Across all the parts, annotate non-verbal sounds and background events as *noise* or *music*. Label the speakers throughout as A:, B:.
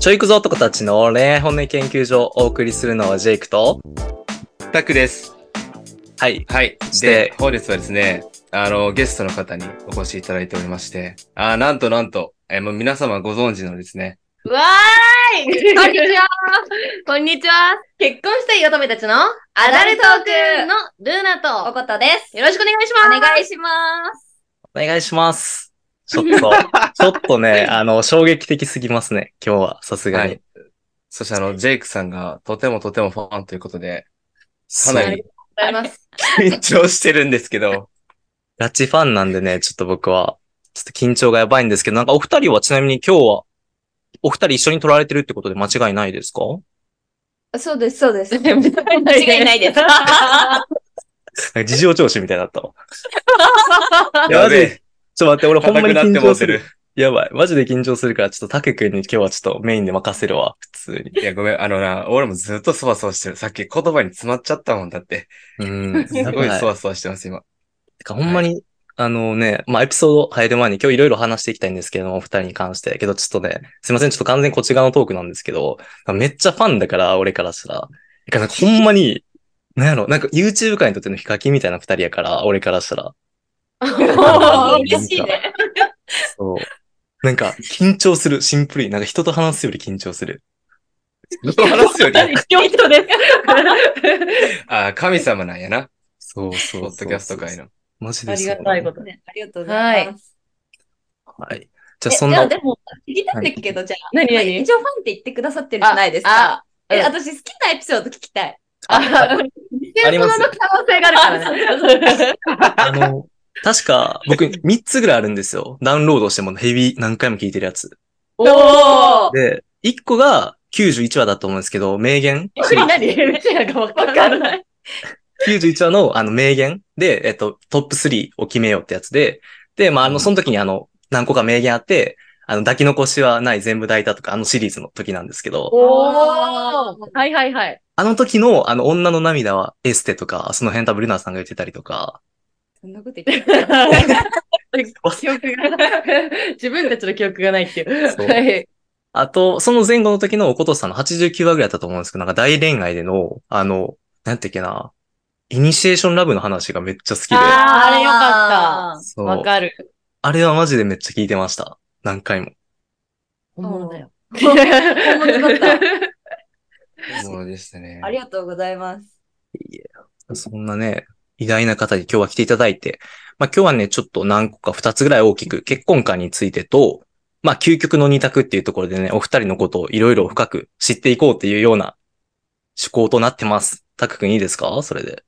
A: ちょいくぞ男たちの恋愛本音研究所をお送りするのはジェイクと、
B: タクです。
A: はい、
B: はい。
A: して
B: で、本日はですね、あの、ゲストの方にお越しいただいておりまして、あーなんとなんと、えーもう皆様ご存知のですね、
C: わー *laughs* いこんにちはこんにちは結婚したい乙女たちのアダルトークのルーナとおことです。よろしくお願いしますお願いします
A: お願いし *laughs* ます。ちょっと、ちょっとね、あの、衝撃的すぎますね。今日は、さすが
B: は
A: に
B: い。。そしてあの、ジェイクさんがとてもとてもファンということで、
A: か
B: かなり
C: ありがとうございます。
B: 緊張してるんです
A: *laughs*
B: けど、
A: ガチファンなんでね、ちょっと僕は、ちょっと緊張がやばいんですけど、なんかお二人はちなみに今日は、お二人一緒に撮られてるってことで間違いないですか
D: そうです、そうです。
C: *laughs* *laughs* 間違いないです。
A: なんか事情聴取みたいになったわ。い *laughs* や
B: や
A: マジ
B: べ
A: で
B: え、
A: ちょっと待って、俺ほんま
B: 硬
A: に
B: くなって
A: 緊
B: も
A: 張
B: うて
A: する
B: る。。
A: やばい。マジで緊張するから、ちょっとタケ君に今日はちょっとメインで任せるわ、普通に。
B: いや、ごめん、あのな、俺もずっとそわそわしてる。さっき言葉に詰まっちゃったもんだって。
A: うん。
B: すごい
A: はい
B: そわそわしてます、今。
A: てか、ほんまに、あのね、まあ、エピソード入る前に今日いろいろ話していきたいんですけども、お二人に関して。けど、ちょっとね、すいません、ちょっと完全にこっち側のトークなんですけど、めっちゃファンだから、俺からしたら。てかなんかほんまに、なんやろ、なんか YouTube 界にとってのヒカキンみたいな二人やから、俺からしたら。
C: おー嬉しいね。
A: そう。なんか、緊張する、シンプルに。なんか人と話すより緊張する。
B: 話すより、
C: 京都です。
B: あー、神様なんやな。
A: そうそう
B: ポッドキャスト界の。
A: マジ
C: あ
A: で
C: り
A: そう
C: がたいことね。
D: ありがとうございます。
A: はい。じゃあ、
D: え
A: そん
D: じゃあ
A: な、
D: でも、聞きたいんだけど、じゃあ、
C: 何
D: 一応ファンって言ってくださってるじゃないですか。
C: あ、
D: え、
C: うん
D: 私好きなエピソード聞きたい。
C: *laughs* あ、あ
A: あります
C: の可能性があるからね。
A: あの、確か、僕、3つぐらいあるんですよ。ダウンロードしてもヘビー何回も聞いてるやつ。
C: おー
A: で、1個が91話だと思うんですけど、名言
C: これ何めっちゃなんかわかんない。
A: ?91 話のあの名言で、えっと、トップ3を決めようってやつで、で、まあ、あの、その時にあの、何個か名言あって、あの、抱き残しはない全部抱いたとか、あのシリーズの時なんですけど、
C: おーはいはいはい。
A: あの時のあの、女の涙はエステとか、その辺多分ルナさんが言ってたりとか、
D: そんなこと言って
C: *laughs* *laughs* 記憶がない。 *laughs* 自分たちの記憶がないっていう。
A: そう
C: はい。
A: あと、その前後の時のおことさんの89話ぐらいだったと思うんですけど、なんか大恋愛での、あの、なんていうっけな、イニシエーションラブの話がめっちゃ好きで、
C: あーあれよか
D: っ
A: そう
C: わかる。
A: あれはマジでめっちゃ聞いてました。何回も。
C: 本物だよ。 *laughs*
D: 本物だった。
B: そうでしたね。
D: ありがとうございます。
A: そんなね、偉大な方に今日は来ていただいて、まあ今日はね、ちょっと何個か2つぐらい大きく結婚観についてと、まあ究極の二択っていうところでね、お二人のことをいろいろ深く知っていこうっていうような趣向となってます。タク君いいですかそれで。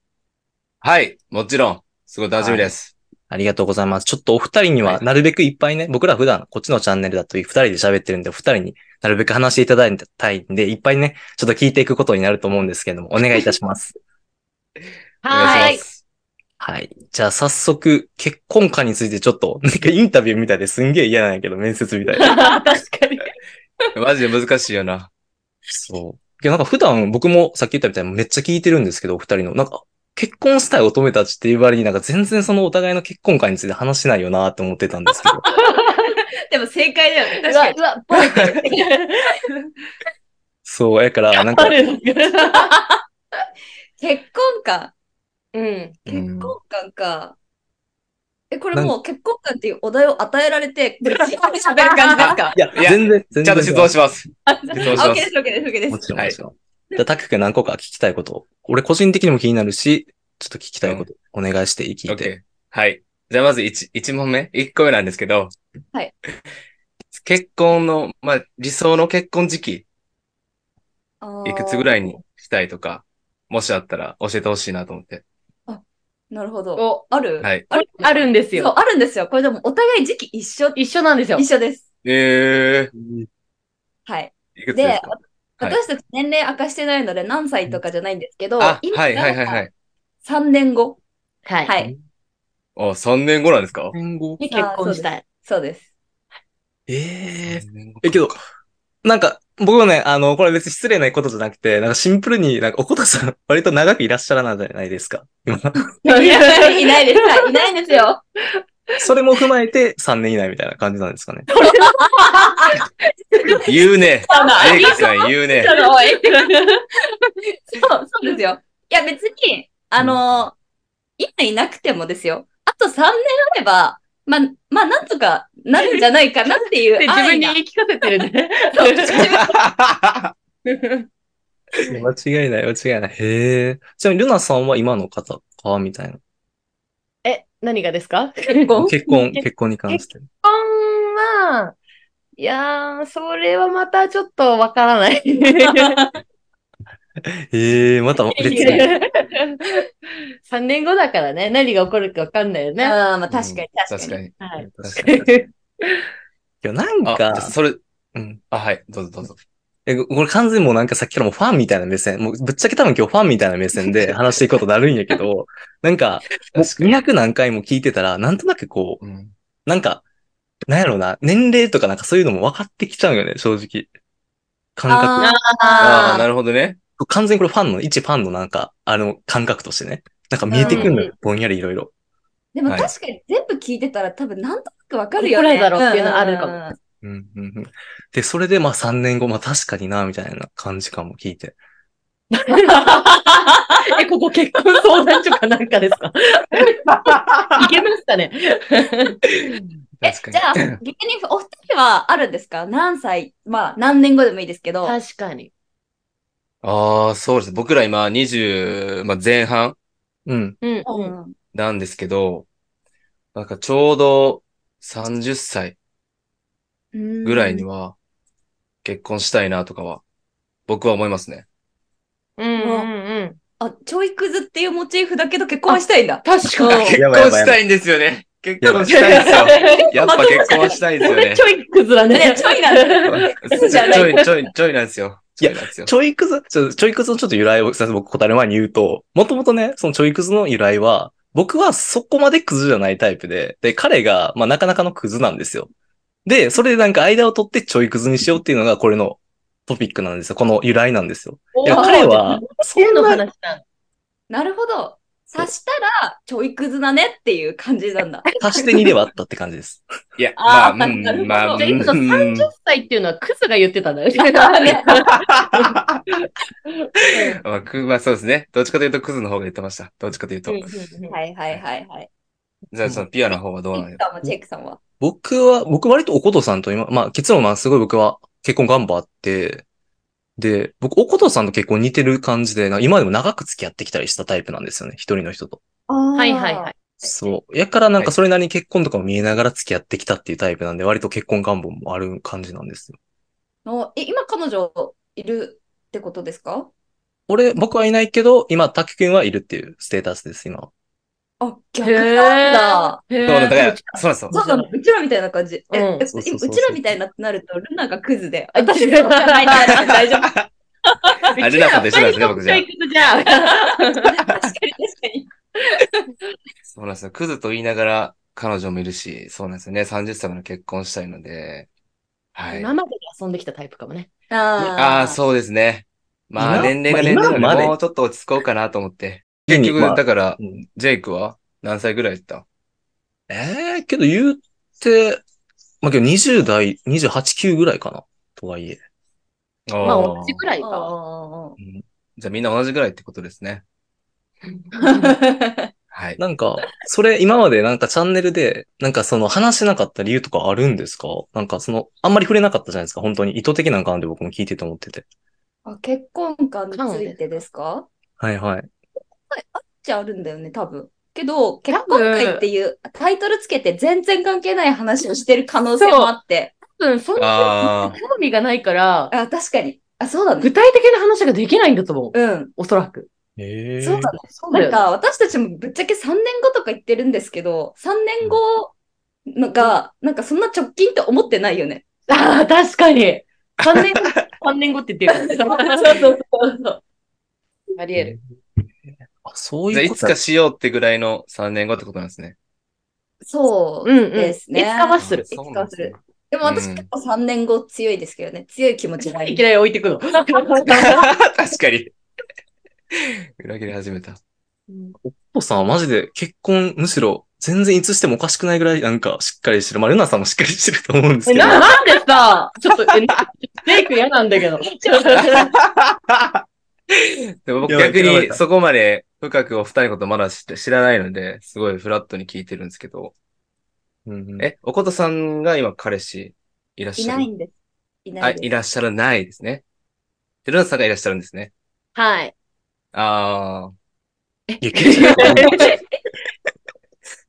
B: はい、もちろん。すごい大丈夫です。
A: ありがとうございます。ちょっとお二人には
B: は
A: なるべくいっぱいね、僕ら普段こっちのチャンネルだと二人で喋ってるんで、お二人になるべく話していただいたいんで、いっぱいね、ちょっと聞いていくことになると思うんですけれども、お願いいたします。
B: *laughs* お願
C: はいい *laughs*
B: しま。す。
A: はい。じゃあ早速、結婚観についてちょっと、なんかインタビューみたいですんげえ嫌なんやけど、面接みたいな。
C: 確かに。
B: マジで難しいよな。
A: そう。けどなんか普段僕もさっき言ったみたいにめっちゃ聞いてるんですけど、お二人の。なんか、結婚したい乙女たちっていう割になんか全然そのお互いの結婚観について話しないよなって思ってたんです
B: *laughs*
A: けど。
D: でも正解だよね。
C: うわ、うわ、ボイ
A: そう、やから、なんか、
D: 結婚観。
C: *laughs* うん。
D: 結婚観か。え、これもう結婚観っていうお題を与えられ
C: *laughs*
D: て、これ喋る感じですか
A: いや、
B: いや
A: 全然、全然。
B: ちゃんと質問します。質問し
D: あ
B: ま。
D: ?OK ですす、OK です、OK で
A: も
D: す。
A: ちろん、
B: はい
A: もちろん。じゃあ、タク君何個か聞きたいこと。俺個人的にも気になるし、ちょっと聞きたいこと、お願いして聞いて。
B: OK。はい。じゃあまず1、一問目 ?1 個目なんですけど。
D: はい。
B: 結婚の、まあ、理想の結婚時期、いくつぐらいにしたいとか、もしあったら教えてほしいなと思って。
D: なるほど。
C: お、
D: ある
B: はい
D: ある
C: あるんです
D: そう
C: よ。、
D: あるんですよ。これでもお互い時期一緒、
C: 一緒なんですよ
D: 一。緒です。
B: え
D: はい。
B: ー、いくつですかはい
D: 私たち年齢明かしてないので何歳とかじゃないんですけど、
B: あ、
D: 今
B: はいはいはいはい。
D: 3年後。
C: は。
D: はいい。
B: お、3年後なんですか
A: 年後
C: に結婚したい。
D: そうです。
A: ええ
B: 三年後
A: え、けど、なんか、僕はね、あの、これ別に失礼なことじゃなくて、なんかシンプルに、なんか、おことさん、 *laughs* 割と長くいらっしゃらないじゃないですか。今。
D: いないです。はいいないですよ。
A: それも踏まえて3年以内みたいな感じなんですか *laughs* ね。
B: 言うね。
D: そうな
B: レイキさん言う
D: *laughs*
B: ね。
D: の、
C: *laughs*
D: えそう、そうですよ。いや、別に、あのー今いなくてもですよ。あと3年あれば、まあ、まあ、なんとかなるんじゃないかなって
E: *laughs*
D: いう。
C: 自分に
D: 安
C: 言い聞かせてる *laughs* ね。
D: 易な
A: 間違いない、間違いない。へえ。ちなみに、ルナさんは今の方かみたいな。
C: え、何がですか
D: 結婚
A: 結婚、結婚に関して。
C: 結婚は、いやー、それはまたちょっとわから *laughs* ない。
A: へえ、また別に。
C: 3年後だからね、何が起こるかわかんないよね。
D: ああ、まあ、確かに、確
B: 確
D: か
B: か
D: に。
B: に。
C: はい。
B: 確かに。
A: いや、なん
B: あ、じゃあ
A: か、
B: それ、
A: うん。
B: あ、はい、どうぞどうぞ。
A: え、これ完全にもうなんかさっきからもうファンみたいな目線、もうぶっちゃけ多分今日ファンみたいな目線で話していくことになるんやけど、なんか、もう
B: 確かに
A: 200何回も聞いてたら、なんとなくこう、
B: うん
A: なんか、なんやろうな、年齢とかなんかそういうのも分かってきちゃうよね、正直。感覚。
D: あ
B: ああ、
D: あ、
B: なるほどね。
A: 完全にこれファンの、一ファンのなんか、あの、感覚としてね。なんか見えてくるの
C: う
A: よ、ぼんやりいろいろ。
D: でも
B: はい
D: 確かに全部聞いてたら多分なんとなくわかるよ
C: い
D: ね。
C: くらだろうっていうのあるかも
D: うんうんうん
A: うんうんうんで、それでまあ3年後、まあ確かにな、みたいな感じかも聞いて。
C: *laughs* え、ここ結婚相談所かなんかですか
B: *laughs*
C: いけましたね。
D: え、
B: 確か
D: じ
B: に。
D: ゃあ、逆にお二人はあるんですか何歳まあ、何年後でもいいですけど。
C: 確かに。
B: ああ、そうです。僕ら今20、まあ、前半
A: うん。
C: うん
D: う
C: うん。
D: ん
B: なんですけど、なんかちょうど30歳ぐらいには結婚したいなとかは、僕は思いますね。
C: うんうんうん。
D: あ、ちょいくずっていうモチーフだけど結婚はしたいんだ。
C: 確かに。
A: 結
B: 結婚したいんですよね。結婚したいんですよ。やっぱ結婚したいんですよね
C: ち。ょいくずらね
D: ね。ちょいなんだ
B: *laughs* ちょい、
D: じゃない
B: ちょい、ちょいなんですよ。
A: いや
B: ちょなんです
A: *laughs*
B: よ
A: ちょいくず、ちょ、ちょいくずのちょっと由来を、さ僕答える前に言うと、もともとね、そのちょいくずの由来は、僕はそこまでクズじゃないタイプで、で、彼が、まあなかなかのクズなんですよ。で、それでなんか間を取ってちょいくずにしようっていうのがこれのトピックなんですよ。この由来なんですよ。いや、
C: おー
A: 彼は、そ
C: 手
A: ん
C: の
A: な、
C: 話だ。
D: なるほど。刺したら、ちょいくずだねっていう感じなんだ。
A: 足して2で割ったって感じです。
B: いや、まあ、
D: あ
B: う
D: ー
B: ん
D: なるほど
B: まあ、
C: じゃあ、今の
B: うん
C: 30歳っていうのはクズが言ってた *laughs* んだよ。
B: *laughs* まあ、くまあ、そうですね。どっちかというと、クズの方が言ってました。どっちかというと。
D: はいはいはいはい。
B: じゃあ、そのピュアの方はどうなん
D: チェッ
B: や
D: クさんはチェックさんは。
A: 僕は、僕割とおことさんと今、まあ結論はすごい僕は結婚頑張って、で、僕、おことさんと結構似てる感じで、なんか今でも長く付き合ってきたりしたタイプなんですよね。一人の人と。
C: は
D: はい。
C: はいはいい。
A: そう。やからなん
B: は
A: か
B: い
A: それなりに結婚とかも見えながら付き合ってきたっていうタイプなんで、割と結婚願望もある感じなんですよ。
D: のえ、今彼女いるってことですか
A: 俺、僕はいないけど、今、滝くんはいるっていうステータスです、今は。
D: あ、逆なんだ。
C: へ
B: そう
C: ー
B: なんだから、そうなんですよ。
D: そうなの、うちらみたいな感じ。え、
C: うん
D: え
A: そうそ
D: う
A: うそうそう
D: ちらみたいなってなると、ルナがクズで。
C: 私
D: *laughs* 私
C: が
D: がないから大丈夫。
B: あルナさんと一緒なんですね僕じ
C: ちょ
B: ゃあ
C: いくずじゃん
D: 確かに確かに。
B: そうなんですよ。クズと言いながら、彼女もいるし、そうなんですよね。30歳まで結婚したいので、はい。
C: 今まで遊んできたタイプかもね。
B: ああ、
D: あ
B: そうですね。まあ、
A: 今
B: 年齢が年
A: まあ今
B: 齢な
A: ま
B: の
A: で
B: で、もうちょっと落ち着こうかなと思って。
A: 現
B: 結
A: に
B: 局、
A: まあ
B: だから
A: う、ん
B: ジェイクは何歳ぐらいいった
A: ええけど言って、まあ、けど20代、28、9ぐらいかな。とはいえ。
C: まあ、同じくらい
D: あ
C: か。
D: ー。
B: じゃあみんな同じぐらいってことですね。
C: *laughs*
B: はい。
A: なんか、それ今までなんかチャンネルで、なんかその話しなかった理由とかあるんですかなんかその、あんまり触れなかったじゃないですか。本当に意図的な感じで僕も聞いてて思ってて。
D: *laughs* あ結婚観についてですか
A: はいはい。
D: じゃあるんだよね、多分。けど、結婚会っていうタイトルつけて全然関係ない話をしてる可能性もあって。
C: 多分、そんな
B: あ
C: に興味がないから、
D: あ、確かに。あ、そうだね。
C: 具体的な話ができないんだと思う。
D: うん。
C: おそらく。
A: え
D: そうだね。
C: そうだ
D: な
C: よ
D: ん
C: ね
D: か、私たちもぶっちゃけ3年後とか言ってるんですけど、3年後のが、なんかそんな直近って思ってないよね。
C: ああ、確かに。3年後、3年後
D: *laughs*
C: って言ってるから
D: そうそうそうそう。
C: あり得る。
A: あ、そう
B: じゃあ
A: いう
B: い
A: こ
B: つ
A: と
B: かしようってぐらいの3年後ってことなんですね。
D: そう
C: うんうん。
D: ですね。
C: いつかはする。
B: あそうなんですね
D: いつかでも私
B: うん
D: 結構3年後強いですけどね。強い気持ちがあ
C: い
D: り
C: きなり置いてくの。
B: *laughs* 確かに。裏切り始めた。
A: お父さんはマジで結婚、むしろ全然いつしてもおかしくないぐらいなんかしっかりしてる。まあ、ルナさんもしっかりしてると思うんです
E: え、
A: けど。
E: な、なんでさ、ちょっと、え、メイク嫌なんだ
D: *laughs*
E: けど。
B: でも僕
A: やばい
B: 逆
A: やばい
B: にそこまで深くお二人のことまだ知って知らないので、すごいフラットに聞いてるんですけど。
A: うんうん
B: え、おことさんが今彼氏いらっ
D: い
B: しゃ
D: な
B: る
D: いんです。いな
B: あ、
D: いです。
B: いらっしゃらないですね。でルナさんがいらっしゃるんですね。
D: *laughs*
C: はい。
B: あ
A: *laughs* 激し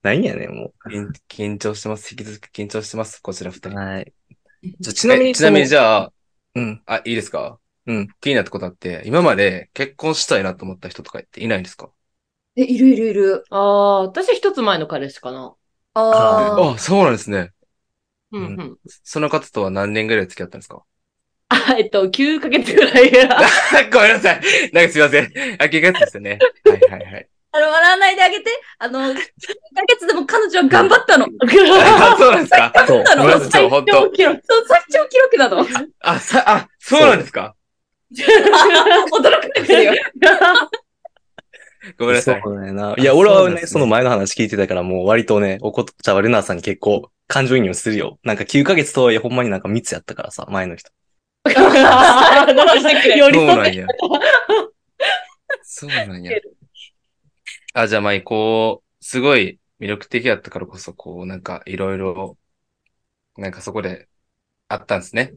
A: ないんやね、も
B: あ、緊緊張してます。引き続き緊張してます。こちら二
A: う。
B: 人。
A: はい。じゃあちなみ
B: え
A: に、
B: ちなみに
A: ゃ
B: じゃあ、
A: うん。
B: あ、いいですか
A: うん。
B: 気になったことあって、今まで結婚したいなと思った人とかっていないんですか
D: え、いるいるいる。
E: ああ、私一つ前の彼氏かな。
D: あー
B: あ、そうなんですね。
E: うん
A: う
E: うん。
B: その方とは何年ぐらい付き合ったんですか
E: あ、えっと、9ヶ月ぐらい。
D: *laughs*
B: *laughs* ごめんなさい。なんかすいません。あ、結月ですよね。はいはいはい。
D: あの、笑わないであげて。あの、1ヶ月でも彼女は頑張ったの。
B: あ、そうなんですか
A: そう。
B: ごめんなさい、ちょ
C: *laughs*
B: っと本当。
E: 記
D: *laughs*
E: 録。
D: そう、最長記録な *laughs* の。
B: あ、さ、あ、そうなんですか
D: 驚
E: *laughs*
D: くんですよ。
B: ごめんなさい。
A: そうだよな。いや、俺
B: そう
A: は
B: なん
A: ね、
B: ですね
A: その前の話聞いてたから、もう割とね、おこちゃわルナさんに結構感情移入するよ。なんか9ヶ月とはいえ、ほんまになんか密やったからさ、前の人。
B: そう
E: 寄り添っ
B: な
E: て。
B: んや。そうなんや。あ、じゃあまあ、こう、すごい魅力的やったからこそ、こう、なんかいろいろ、なんかそこであったんですね。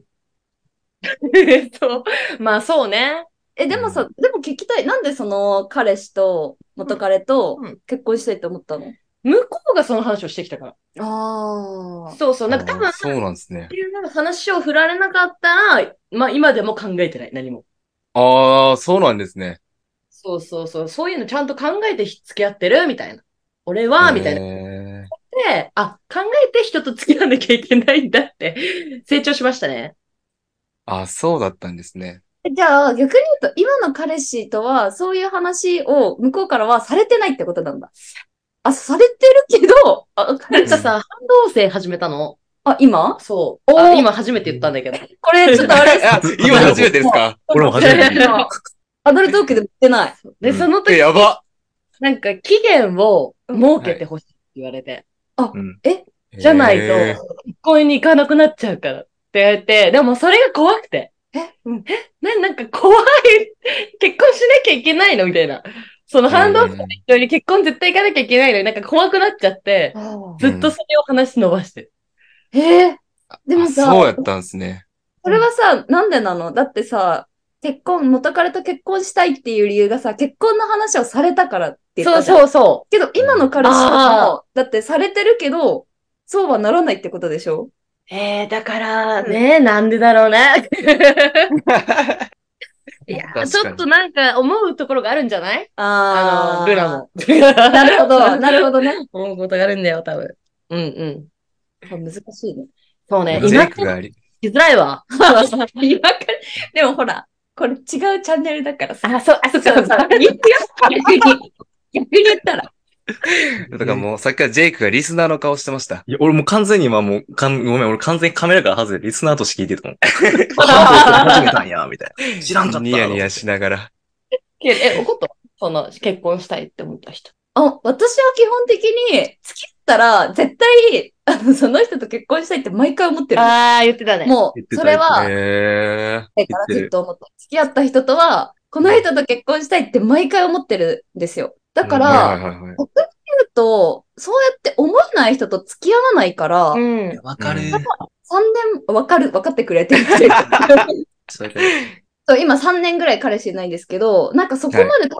E: そう。まあそうね。
D: え、でもさ、でも聞きたい。なんでその彼氏と元彼と
E: うん
D: 結婚したいと思ったの、
E: 向こうがその話をしてきたから。
D: ああ。
E: そうそう。なんか多分
B: あ、そうなんですね。
E: なんか話を振られなかったら、まあ今でも考えてない。何も。
B: ああ、そうなんですね。
E: そうそうそう。そういうのちゃんと考えて付き合ってるみたいな。俺は、みたいな。
B: な。
E: で、あ、考えて人と付き合わなきゃいけないんだって、 *laughs* 成長しましたね。
B: あ、そうだったんですね。
D: じゃあ、逆に言うと、今の彼氏とは、そういう話を向こうからはされてないってことなんだ。あ、されてるけど、あ、
E: めっちゃさ、半同棲始めたの。
D: あ今
E: そう。
D: お
E: あ
D: ー
E: 今初めて言ったんだけど。
D: *laughs* これ、ちょっとあれ、
B: あ、今初めてですか
A: 俺も初め *laughs* て見た。
D: アダルトークでも言ってない。
E: *laughs* で、
A: うん
E: その
B: え、
E: 時、
B: やば
E: なんか期限を設けてほしいって言われて、
A: うん。
E: じゃない
B: え
E: と、公園に行かなくなっちゃうからって言われて、でもそれが怖くて。え
D: うん
E: えな、なんか怖い。 *laughs* 結婚しなきゃいけないのみたいな。その
B: ー
E: 半同棲の人に結婚絶対行かなきゃいけないのになんか怖くなっちゃって、ずっとそれを話し伸ばしてる。
D: ええでもさ
B: あそうやったんですね。
D: それはさ、なんでなのだってさ、結婚、元彼と結婚したいっていう理由がさ、結婚の話をされたからって言っ
E: そ
D: た
E: う
D: じゃん。うそう。
E: そうそ
D: けど、今の彼氏と
E: あ
D: も、だってされてるけど、そうはならないってことでしょ
E: う。えー、だから、ねなんでだろうね。
D: *laughs*
E: いや
B: 確か、に
E: ちょっとなんか思うところがあるんじゃないあの、
D: あー
E: ルラ。も。
D: なるほど、 *laughs* なるほどね。
E: 思うことがあるんだよ、多分。うんうん。
D: 難しいね。
E: そうね。
B: ジェ
E: 今
B: イ
E: か
B: クがあり。
E: きづらいわ。
D: 今から、 *laughs* でもほら、これ違うチャンネルだからさ。
E: あ、そう、あ、そっかそっか。
D: 言ってよ *laughs* 逆に。逆に言ったら。
B: だからもう、さっきからジェイクがリスナーの顔してました。
A: いや、俺もう完全に今もう、かんごめん、俺完全にカメラから外れて、リスナーとして聞いてた *laughs* もん。半分始めたんや、みたいな。知らんかった。
B: ニヤニヤしながら。
E: え、おことその、結婚したいって思った人。
D: あ、私は基本的に、付き合ったら、絶対、あの、その人と結婚したいって毎回思ってる。
E: あー、言ってたね。も
D: も
A: 言っ
D: う、
A: てた
D: それは、
B: へえ。
D: だからずっと思った。付き合った人とは、この人と結婚したいって毎回思ってるんですよ。だか
B: は
D: ら、
B: いはいはいはい。
D: 僕に言うと、そうやって思えない人と付き合わないから、
E: う、
D: 3
E: うん。
A: わかる。
B: うん
D: 年、わかる、分かってくれてるっていうか
A: そういうこと
D: そう今3年ぐらい彼氏いないんですけど、なんかそこまで多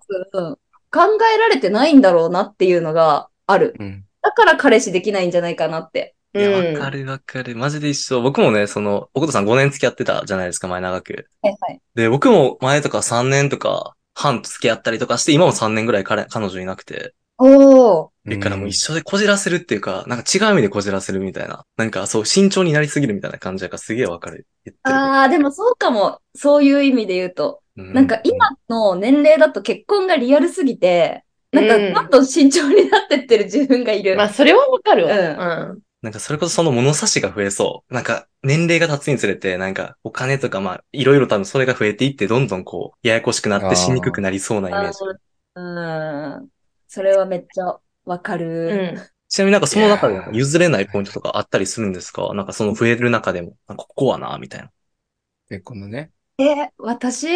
D: 分、考えられてないんだろうなっていうのがある。
B: うん。
D: だから彼氏できないんじゃないかなって。
A: いや、わかるわかる。マジで一緒。僕もね、その、おことさん5年付き合ってたじゃないですか、前長く。
D: はいはい。
A: で、僕も前とか3年とか半と付き合ったりとかして、今も3年ぐらい彼彼女いなくて。
D: おー。
A: だからもう一緒でこじらせるっていうか、なんか違う意味でこじらせるみたいな。なんかそう、慎重になりすぎるみたいな感じやからすげえわかる。言ってること
D: ああ、でもそうかも。そういう意味で言うと。
A: う
D: なんか今の年齢だと結婚がリアルすぎて、なんか
E: うん
D: どんどん慎重になってってる自分がいる。
E: まあ、それはわかるわ。
D: う
E: うん。
A: なんかそれこそその物差しが増えそう。なんか年齢が経つにつれて、なんかお金とかまあいろいろ多分それが増えていってどんどんこうややこしくなっ
B: あ
A: て
B: ー
A: しにくくなりそうなイメージ。
D: うん。それはめっちゃわか
E: う
D: る。
E: ん。
A: ちなみになんかその中で譲れないポイントとかあったりするんですかなんかその増える中でも、なんかここはな、みたいな。
B: 結婚のね。
D: え、私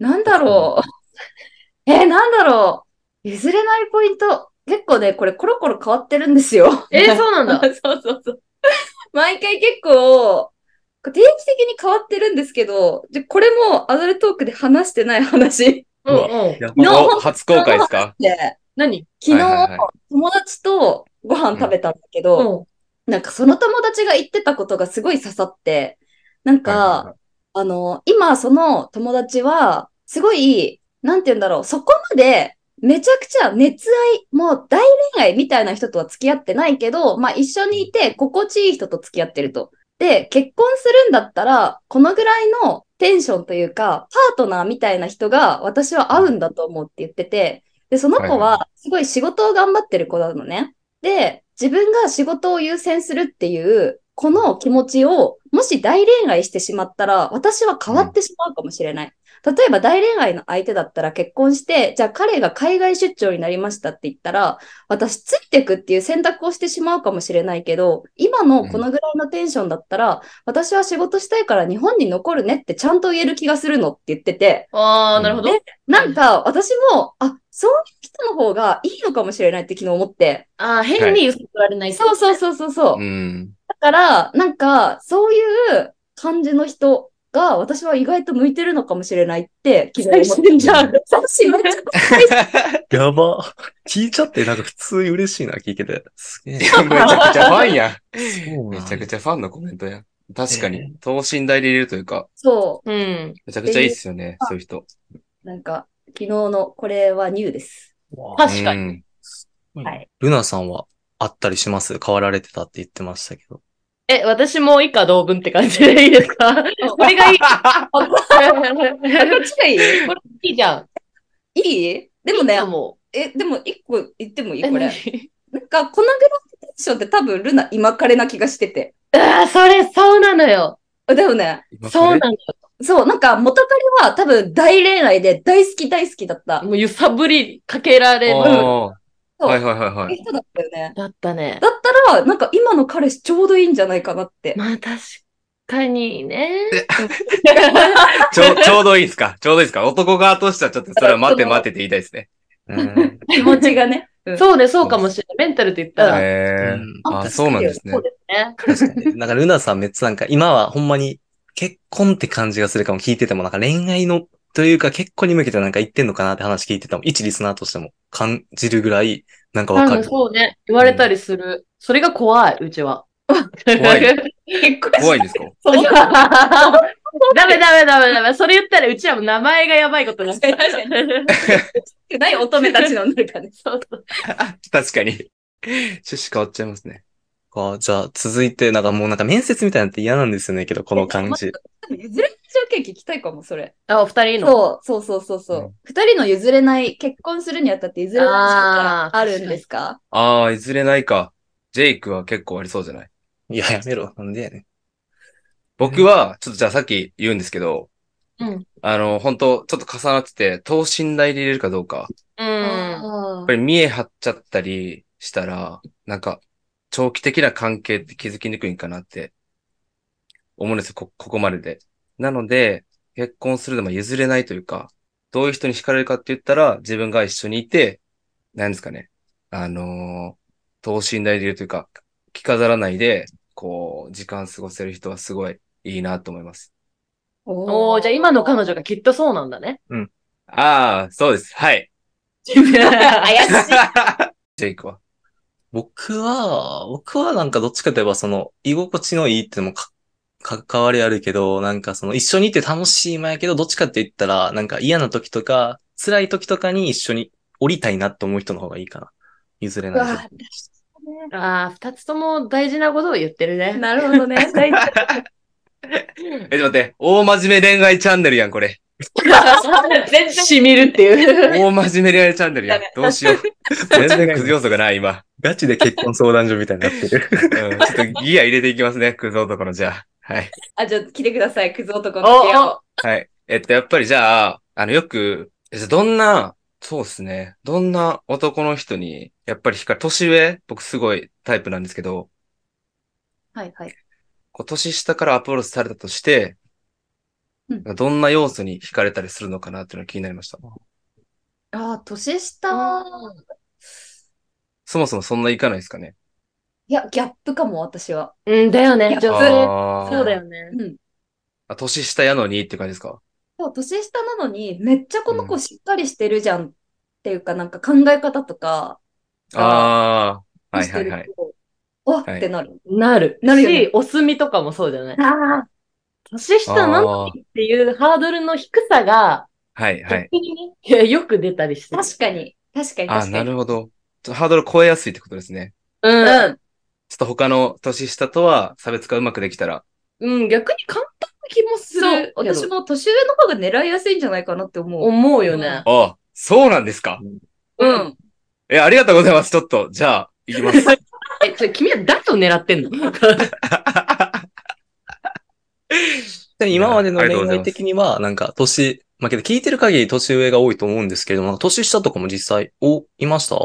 D: なんだろう。 *laughs* え、なんだろう。譲れないポイント。結構ね、これコロコロ変わってるんですよ。
C: えー、そうなんだ。
D: *laughs* そうそうそう。毎回結構、定期的に変わってるんですけど、でこれもアダルトークで話してない話
C: うんうん。
B: やばお初公開ですか
D: で、
C: 何
B: は
D: 昨
B: いはい
D: 日
B: は
D: 友達とご飯食べたんだけ
C: う
D: ど、
C: ん。
D: なんかその友達が言ってたことがすごい刺さって、なんか、
B: はいはい
D: あの、今その友達は、すごい、なんて言うんだろう、そこまで、めちゃくちゃ熱愛、もう大恋愛みたいな人とは付き合ってないけど、まあ一緒にいて心地いい人と付き合ってると。で、結婚するんだったら、このぐらいのテンションというか、パートナーみたいな人が私は合うんだと思うって言ってて、で、その子
B: はい
D: はすごい仕事を頑張ってる子なのね。で、自分が仕事を優先するっていう、この気持ちを、もし大恋愛してしまったら、私は変わってしまうかもしれない。例えば大恋愛の相手だったら結婚して、じゃあ彼が海外出張になりましたって言ったら、私ついてくっていう選択をしてしまうかもしれないけど、今のこのぐらいのテンションだったら、私は仕事したいから日本に残るねってちゃんと言える気がするのって言ってて、
C: ああ、なるほど。
D: ねなんか、私も、あ、そういう人の方がいいのかもしれないって昨日思って。
C: ああ、変に揺すられない。
D: そうそうそうそうそう。
B: うん。
D: だから、なんか、そういう感じの人が、私は意外と向いてるのかもしれないって、昨日思って。
E: じゃん。
D: 最新めっちゃ
A: やば。聞いちゃって、なんか普通に嬉しいな、聞いてて。すげえ。
B: めちゃくちゃファンや。
A: め
B: めちゃく
A: ち
B: ちゃファンのコメントや。確
A: え
B: か
A: え
B: に、等身大でいれるというか、
D: *laughs* そ
C: うん。
B: めちゃくちゃいいっすよね、そういう人。
D: う。なんか、昨日の、これはニューです。
A: ゃ。
E: 確かに。
B: に。
D: はい
A: ルナさんはあったりします変わられてたって言ってましたけど。
E: え、私も以下同文って感じでいいですかこれがいい。こ
D: どっ
E: れ
D: ちがいい
E: いいじゃん。
D: いいでもね
E: いいか、も
D: え、でも一個言ってもいい
E: え
D: これ。
E: 何
D: なんか、このぐらいのテンションって多分、ルナ今彼な気がしてて。
E: ああ、それ、そうなのよ。
D: だよね。
B: 今これ
E: そうなのよ。
D: そう、なんか元彼は多分大恋愛で大好き大好きだった。
E: もう揺さぶりかけられる。
B: あー
D: そう
B: はいはいはいはい。
D: 人だったよね。
E: だった
D: *laughs*
E: ね。
D: だったら、なんか今の彼氏ちょうどいいんじゃないかなって。
E: まあ、確かにね。
B: ちょ、ちょうどいいですかちょうどいいですか男側としてはちょっとそれは待って待ってって言いたいですね。
A: うん。
D: 気持ちがね。うん
E: そうね、そうかもしれない。メンタルって言ったら。
B: へー。あ、そうなんですね
D: そう。ですね。
A: 確かに。なん *laughs* かルナさんめっちゃなんか今はほんまに結婚って感じがするかも聞いててもなんか恋愛のというか結婚に向けてなんか言ってんのかなって話聞いてたもん。一リスナーとしても感じるぐらいなんかわか
E: うん
A: る。
E: そうね。言われたりする。それが怖い、うちは。
B: 怖い
D: *laughs* 結婚
B: 怖いですか
E: *laughs* そう *laughs* ダメダメダメダメ。それ言ったらうちらも名前がやばいことになっちゃう
D: 確かにしてない乙女たちの中で。
E: そうそう
B: 確かに。趣旨変わっちゃいますね。
A: あじゃあ続いてなんかもうなんか面接みたいなのって嫌なんですよねけど、この感じ。
D: 譲れない条件聞きたいかも、それ。
E: あ、お二人の。
D: そうそうそうそうそうう。二、人の譲れない、結婚するにあたって譲れない条件があるんですか
B: ああ、いずれないか。ジェイクは結構ありそうじゃない
A: いや、やめろ。なんでやねん。
B: 僕は、ちょっとじゃあさっき言うんですけど、
E: うん
B: あの、本当ちょっと重なってて、等身大で入れるかどうか。
E: う。
D: うん
B: やっぱり見え張っちゃったりしたら、なんか、長期的な関係って気づきにくいんかなって、思うんですよ、こ、ここまでで。なので、結婚するのも譲れないというか、どういう人に惹かれるかって言ったら、自分が一緒にいて、なんですかね、あのー等身大でいるというか、着飾らないで、こう、時間過ごせる人はすごいいいなと思います。
E: おー、じゃあ今の彼女がきっとそうなんだね。
B: ああ、そうです。はい。
E: 怪しい。
B: *laughs* ジェイクは。
A: 僕は、僕はなんかどっちかといえばその、居心地のいいってのもか、関わりあるけど、なんかその一緒にいて楽しい前やけど、どっちかって言ったら、なんか嫌な時とか、辛い時とかに一緒に降りたいなって思う人の方がいいかな。譲れないと。
E: ああ、二つとも大事なことを言ってる *laughs* ね。
D: なるほど *laughs* ね。大丈
B: え、ちょっと待って、大真面目恋愛チャンネルやん、これ。
E: 全然染みるって *laughs* いう。
B: 大真面目レアルチャンネルや。どうしよ
E: *laughs*
B: う。全然クズ要素がない、今。
A: ガチで結婚相談所みたいになってる。
B: うん、ちょっとギア入れていきますね、クズ男のじゃあ。はい。
D: あ、じゃあ来てください、クズ男
E: お
D: の部屋を。
E: お
B: はい。えっと、やっぱりじゃあ、あの、よく、えじゃあどんなそうですね。どんな男の人に、やっぱり惹かれ、年上、僕すごいタイプなんですけど、
D: はいはい。
B: こう年下からアプローチされたとして、
D: うん
B: どんな要素に惹かれたりするのかなっていうのが気になりました。
D: ああ、年下。
B: そもそもそんな行かないですかね。
D: いや、ギャップかも、私は。
E: うん、だよね。
D: いや
E: 女性。
B: あー
E: そうだよね。
D: うん。
B: あ年下やのにっていう感じですか
D: そう、年下なのに、めっちゃこの
B: う
D: 子
B: ん
D: しっかりしてるじゃんっていうか、なんか考え方とか、
B: ああー、はい
D: し
B: は
D: て
B: い
D: る
B: はい。
D: と、わ
B: は
D: っ
B: い
D: てなる。
E: なる。
D: なるよね
E: し、お墨とかもそうじゃない
D: ああ、
E: 年下なのにっていうハードルの低さが、
B: はいはい
E: 逆。にね、いやよく出たりしてる。
D: 確かに。確かに、確
B: あ
D: か
B: あ、
D: に。
B: なるほど。ちょハードル超えやすいってことですね。
E: うん。
B: ちょっと他の年下とは差別化うまくできたら。
E: うん、逆に簡単な気もする
D: そう、
E: けど。
D: 私も年上の方が狙いやすいんじゃないかなって思う。
E: 思うよね。
B: ああ、そうなんですか。
E: うん。
B: え、ありがとうございます。ちょっと、じゃあ、行きます。
E: え、ちょ、君は誰を狙 *laughs* ってんの
A: *laughs* で今までの
B: いやありがと
A: 恋
B: うござい
A: 愛
B: ます
A: 的には、なんか、年、まあ、けど聞いてる限り年上が多いと思うんですけれども、なんか年下とかも実際、お、いました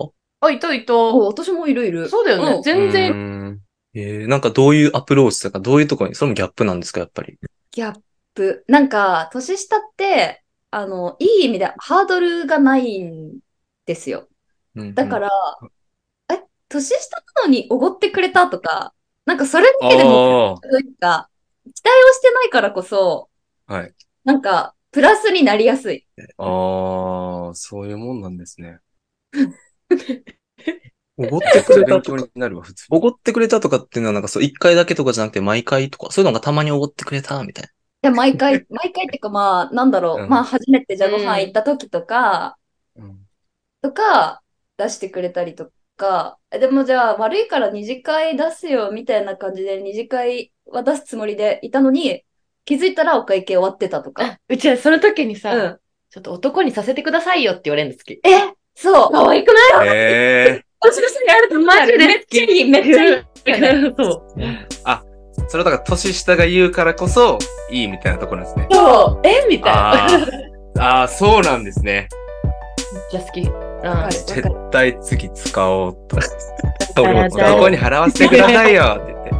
E: あ、いたいた。
D: お私もいるいる。
E: そうだよ
D: う
E: ね。
D: ん
E: *laughs* 全
B: う
E: 然。
B: ーん。
A: えー、なんかどういうアプローチとか、どういうところに、それもギャップなんですか、やっぱり。
D: ギャップ。なんか、年下って、あの、いい意味でハードルがないんですよ。
A: うん
D: だから、え、年下なのにおごってくれたとか、なんかそれだけでも、
B: あ
D: というか、期待をしてないからこそ、
B: あ、はい。
D: なんか、プラスになりやすい。
B: ああ、そういうもんなんですね。
A: おごってくれたと
B: 勉強
A: か
B: に、なるわ、普通に。
A: おごってくれたとかっていうのは、なんかそう、一回だけとかじゃなくて、毎回とか、そういうのがたまにおごってくれた、みたいな。
D: いや、
B: *laughs*
D: 毎回、毎回っていうかまあ、なんだろう、
B: うん
D: まあ、初めてじゃあご飯行った時とか、
B: うん
D: とか、出してくれたりとか、えでもじゃあ、悪いから二次会出すよ、みたいな感じで、二次会は出すつもりでいたのに、気づいたらお会計終わってたとか。
E: うちはその時にさ、
D: うん。
E: ちょっと男にさせてくださいよって言われるの好き。
D: え、そう。
E: 可愛くない
B: ええ
D: 私の人にやると
E: マジで
D: めっちゃいい、めっちゃいい。
E: い。そう。
B: それだから年下が言うからこそ、いいみたいなところなんですね。
E: そう。えみたいな。
B: ああ、ああ、そうなんですね。
E: めっちゃ好き。うん
D: わか。るわかる
B: 絶対次使おうと。
E: だ
B: 男に払わせてくださいよって言って。